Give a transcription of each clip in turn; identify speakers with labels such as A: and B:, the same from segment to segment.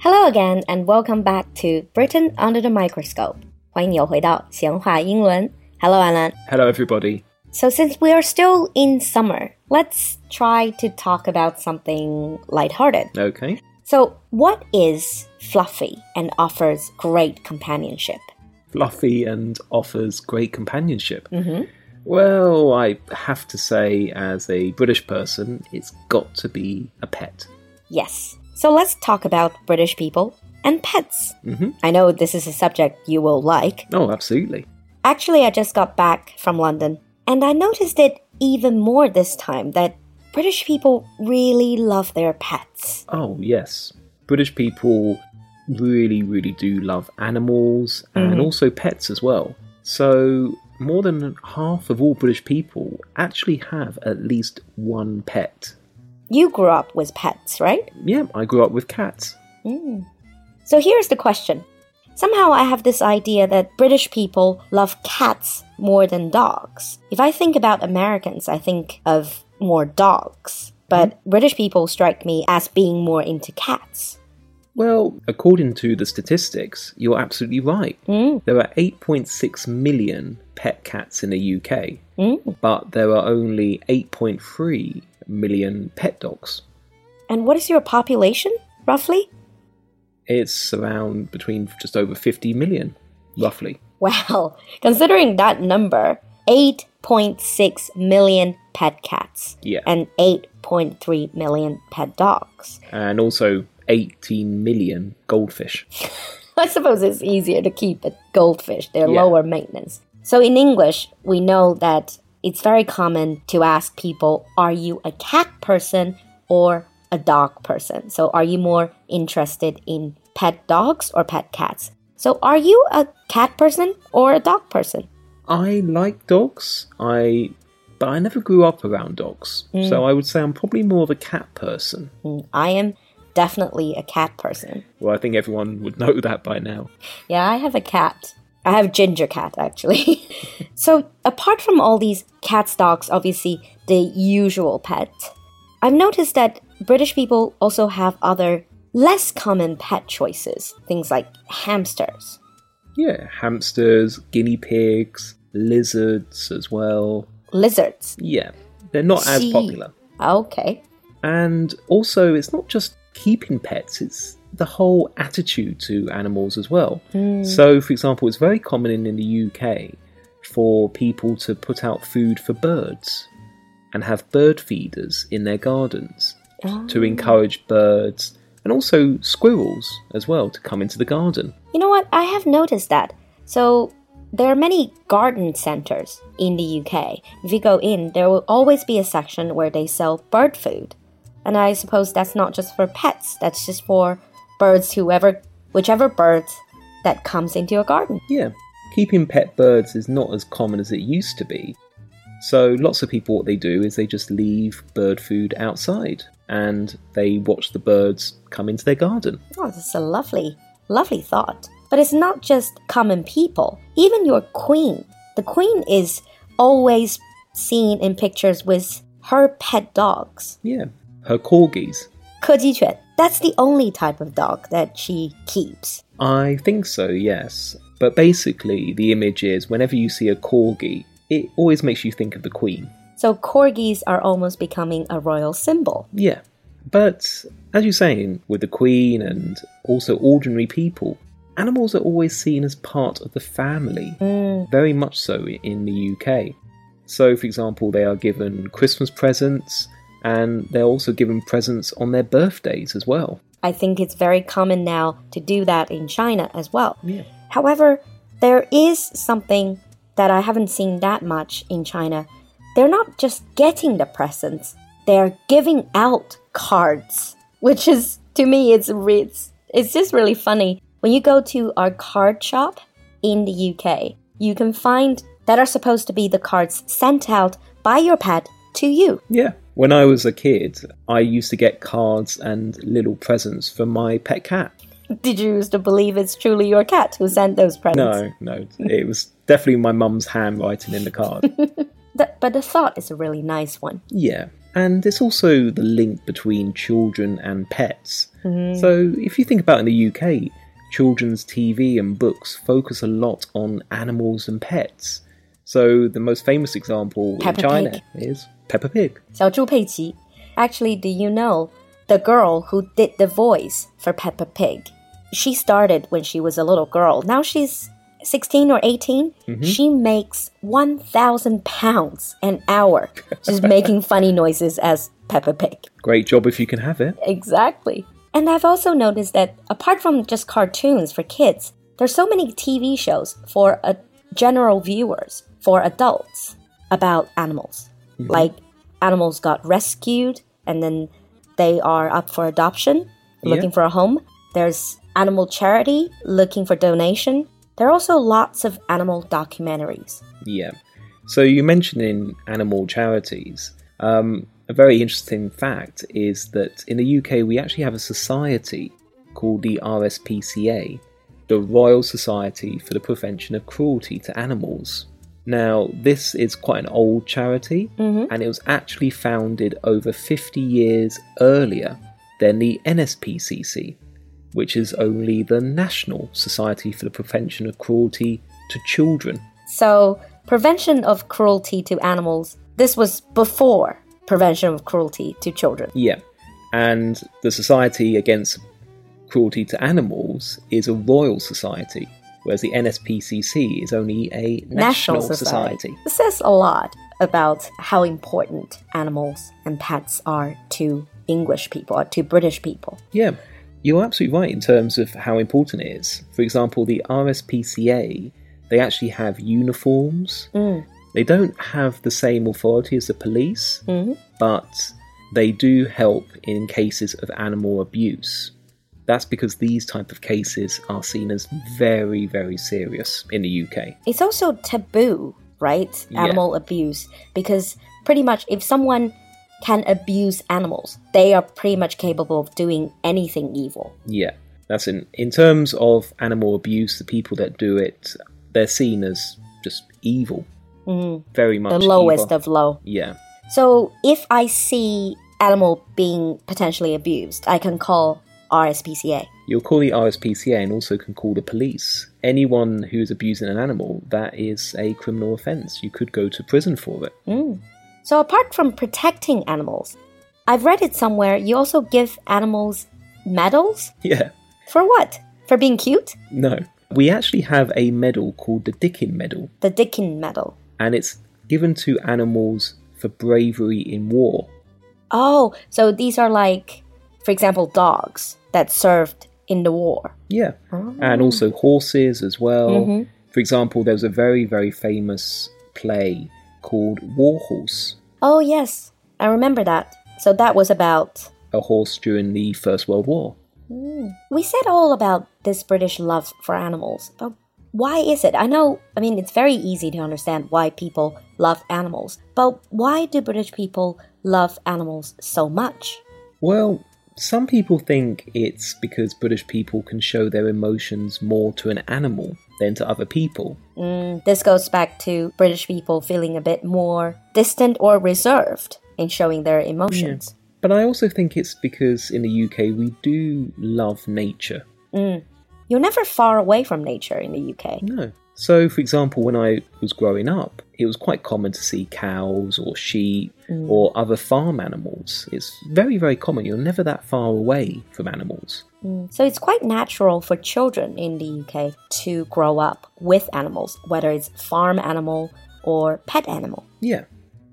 A: Hello again and welcome back to Britain under the microscope. 欢迎你又回到闲话英伦。Hello, Alan.
B: Hello, everybody.
A: So, since we are still in summer, let's try to talk about something lighthearted.
B: Okay.
A: So, what is fluffy and offers great companionship?
B: Fluffy and offers great companionship. Well, I have to say, as a British person, it's got to be a pet.
A: Yes. So, let's talk about British people and pets.
B: Mhm.
A: I know this is a subject you will like.
B: Oh, absolutely.
A: Actually, I just got back from London, and I noticed it even more this time that British people really love their pets.
B: Oh, yes. British people really, really do love animals and also pets as well. So, more than half of all British people actually have at least one pet.
A: You grew up with pets, right?
B: Yeah, I grew up with cats.
A: Mm. So here's the question. Somehow I have this idea that British people love cats more than dogs. If I think about Americans, I think of more dogs, but British people strike me as being more into cats.
B: Well, according to the statistics, you're absolutely right.
A: Mm.
B: There are 8.6 million pet cats in the UK,
A: Mm.
B: but there are only 8.3 million pet dogs.
A: And what is your population, roughly?
B: It's around between just over 50 million, roughly.
A: Wow, considering that number, 8.6 million pet cats
B: Yeah.
A: and 8.3 million pet dogs.
B: And also 18 million goldfish.
A: I suppose it's easier to keep a goldfish, they're
B: Yeah.
A: lower maintenance. So in English, we know that it's very common to ask people, are you a cat person or a dog person? So are you more interested in pet dogs or pet cats? So are you a cat person or a dog person?
B: I like dogs. I but I never grew up around dogs. So I would say I'm probably more of a cat person.
A: Mm, I am definitely a cat person.
B: Well, I think everyone would know that by now.
A: Yeah, I have a cat. I have ginger cat actually. so apart from all these cats, dogs, obviously the usual pet, I've noticed that British people also have other less common pet choices, things like hamsters.
B: Yeah, hamsters, guinea pigs, lizards as well.
A: Lizards.
B: Yeah, they're not as
A: See.
B: popular.
A: Okay.
B: And also, it's not just keeping pets, it's the whole attitude to animals as well. So, for example, it's very common in, in the UK for people to put out food for birds and have bird feeders in their gardens
A: Ah.
B: to encourage birds and also squirrels as well to come into the garden.
A: You know what? I have noticed that. So there are many garden centers in the UK. If you go in, there will always be a section where they sell bird food. And I suppose that's not just for pets, that's just for birds whoever whichever bird that comes into your garden.
B: Yeah, keeping pet birds is not as common as it used to be. So, lots of people, what they do is they just leave bird food outside and they watch the birds come into their garden.
A: Oh, that's a lovely, lovely thought. But it's not just common people. Even your queen. The queen is always seen in pictures with her pet dogs.
B: Yeah, her corgis.
A: 柯基犬. That's the only type of dog that she keeps.
B: I think so, yes. But basically, the image is whenever you see a corgi, it always makes you think of the queen.
A: So corgis are almost becoming a royal symbol.
B: Yeah. But as you're saying, with the Queen and also ordinary people, animals are always seen as part of the family, very much so in the UK. So, for example, they are given Christmas presents and they're also given presents on their birthdays as well.
A: I think it's very common now to do that in China as well.
B: Yeah.
A: However, there is something that I haven't seen that much in China. They're not just getting the presents, they're giving out cards, which is, to me, it's, re- it's, it's just really funny. When you go to our card shop in the UK, you can find that are supposed to be the cards sent out by your pet to you.
B: Yeah. When I was a kid, I used to get cards and little presents for my pet cat.
A: Did you used to believe it's truly your cat who sent those presents?
B: No, no, it was definitely my mum's handwriting in the card.
A: Th- but the thought is a really nice one.
B: Yeah, and it's also the link between children and pets.
A: Mm-hmm.
B: So, if you think about in the UK, children's TV and books focus a lot on animals and pets. So, the most famous example
A: Peppa
B: in China
A: Pig.
B: is Peppa Pig.
A: 小猪佩奇. Actually, do you know the girl who did the voice for Peppa Pig? She started when she was a little girl. Now she's 16 or 18. She makes 1,000 pounds an hour just making funny noises as Peppa Pig.
B: Great job if you can have it.
A: Exactly. And I've also noticed that apart from just cartoons for kids, there's so many TV shows for a general viewers, for adults, about animals. Like animals got rescued and then they are up for adoption,
B: Yeah.
A: looking for a home. There's animal charity looking for donation. There are also lots of animal documentaries.
B: Yeah. So you mentioned in animal charities. Um, a very interesting fact is that in the UK we actually have a society called the RSPCA, the Royal Society for the Prevention of Cruelty to Animals. Now, this is quite an old charity, and it was actually founded over 50 years earlier than the NSPCC, which is only the National Society for the Prevention of Cruelty to Children.
A: So, prevention of cruelty to animals, this was before prevention of cruelty to children.
B: Yeah. And the Society Against Cruelty to Animals is a royal society, whereas the NSPCC is only a national, society.
A: It says a lot about how important animals and pets are to English people, or to British people.
B: Yeah. You're absolutely right in terms of how important it is. For example, the RSPCA, they actually have uniforms.
A: Mm.
B: They don't have the same authority as the police,
A: Mm-hmm.
B: but they do help in cases of animal abuse. That's because these type of cases are seen as very, very serious in the UK.
A: It's also taboo, right?
B: Yeah.
A: Animal abuse, because pretty much if someone can abuse animals, they are pretty much capable of doing anything evil.
B: Yeah, that's in in terms of animal abuse. The people that do it, they're seen as just evil, mm, very much
A: Mm-hmm. the lowest
B: evil.
A: of low.
B: Yeah,
A: So if I see animal being potentially abused, I can call RSPCA.
B: you'll call the RSPCA and also can call the police. Anyone who is abusing an animal, that is a criminal offence. You could go to prison for it.
A: So, apart from protecting animals, I've read it somewhere you also give animals medals?
B: Yeah,
A: For what? For being cute?
B: no, we actually have a medal called the Dickin Medal,
A: The Dickin medal.
B: and it's given to animals for bravery in war.
A: Oh, so these are like, for example, dogs that served in the war.
B: Yeah. And also horses as well. For example, there was a very, very famous play called War Horse,
A: Oh, yes, I remember that. So, that was about.
B: a horse during the First World War.
A: Mm. We said all about this British love for animals, but why is it? I know, I mean, it's very easy to understand why people love animals, but why do British people love animals so much?
B: Well, some people think it's because British people can show their emotions more to an animal than to other people.
A: Mm, This goes back to British people feeling a bit more distant or reserved in showing their emotions.
B: But I also think it's because in the UK we do love nature.
A: You're never far away from nature in the UK.
B: No. So, for example, when I was growing up, it was quite common to see cows or sheep or other farm animals. It's very, very common. You're never that far away from animals.
A: So it's quite natural for children in the UK to grow up with animals, whether it's farm animal or pet animal.
B: Yeah.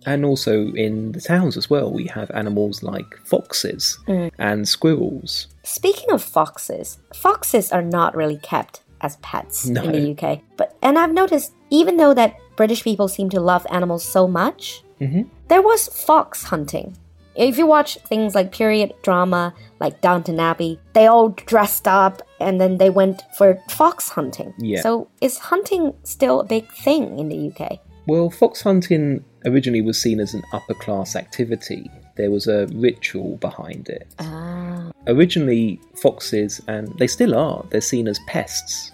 B: And also in the towns as well, we have animals like foxes and squirrels.
A: Speaking of foxes, foxes are not really kept as pets
B: No.
A: in the UK. But and I've noticed even though that British people seem to love animals so much,
B: Mm-hmm.
A: there was fox hunting. If you watch things like period drama, like Downton Abbey, they all dressed up and then they went for fox hunting.
B: Yeah.
A: So is hunting still a big thing in the UK?
B: Well, fox hunting originally was seen as an upper class activity, there was a ritual behind it.
A: Ah.
B: Originally, foxes, and they still are, they're seen as pests.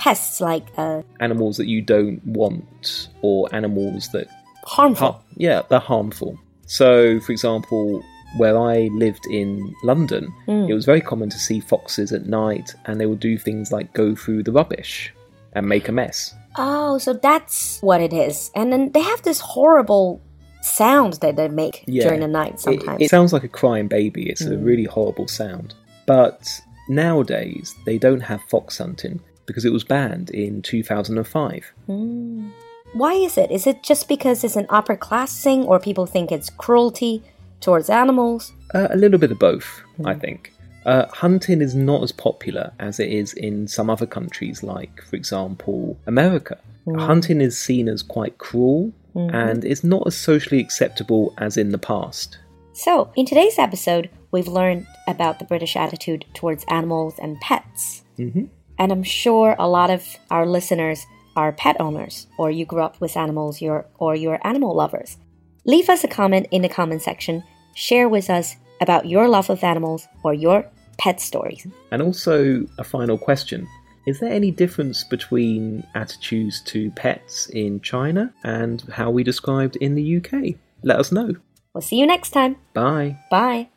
A: Pests like uh,
B: animals that you don't want or animals that
A: harmful.
B: har- yeah they're harmful so for example where I lived in London, it was very common to see foxes at night, and they would do things like go through the rubbish and make a mess.
A: Oh, so that's what it is. And then they have this horrible sound that they make
B: Yeah.
A: during the night
B: It-
A: sometimes.
B: It, sounds like a crying baby. It's a really horrible sound. But nowadays, they don't have fox hunting because it was banned in 2005.
A: Mm. Why is it? Is it just because it's an upper class thing or people think it's cruelty towards animals?
B: Uh, a little bit of both, I think. Uh, hunting is not as popular as it is in some other countries, like, for example, America. Hunting is seen as quite cruel and it's not as socially acceptable as in the past.
A: So, in today's episode, we've learned about the British attitude towards animals and pets.
B: hmm
A: And I'm sure a lot of our listeners are pet owners, or you grew up with animals, you're, or you're animal lovers. Leave us a comment in the comment section. Share with us about your love of animals or your pet stories.
B: And also, a final question Is there any difference between attitudes to pets in China and how we described in the UK? Let us know.
A: We'll see you next time.
B: Bye.
A: Bye.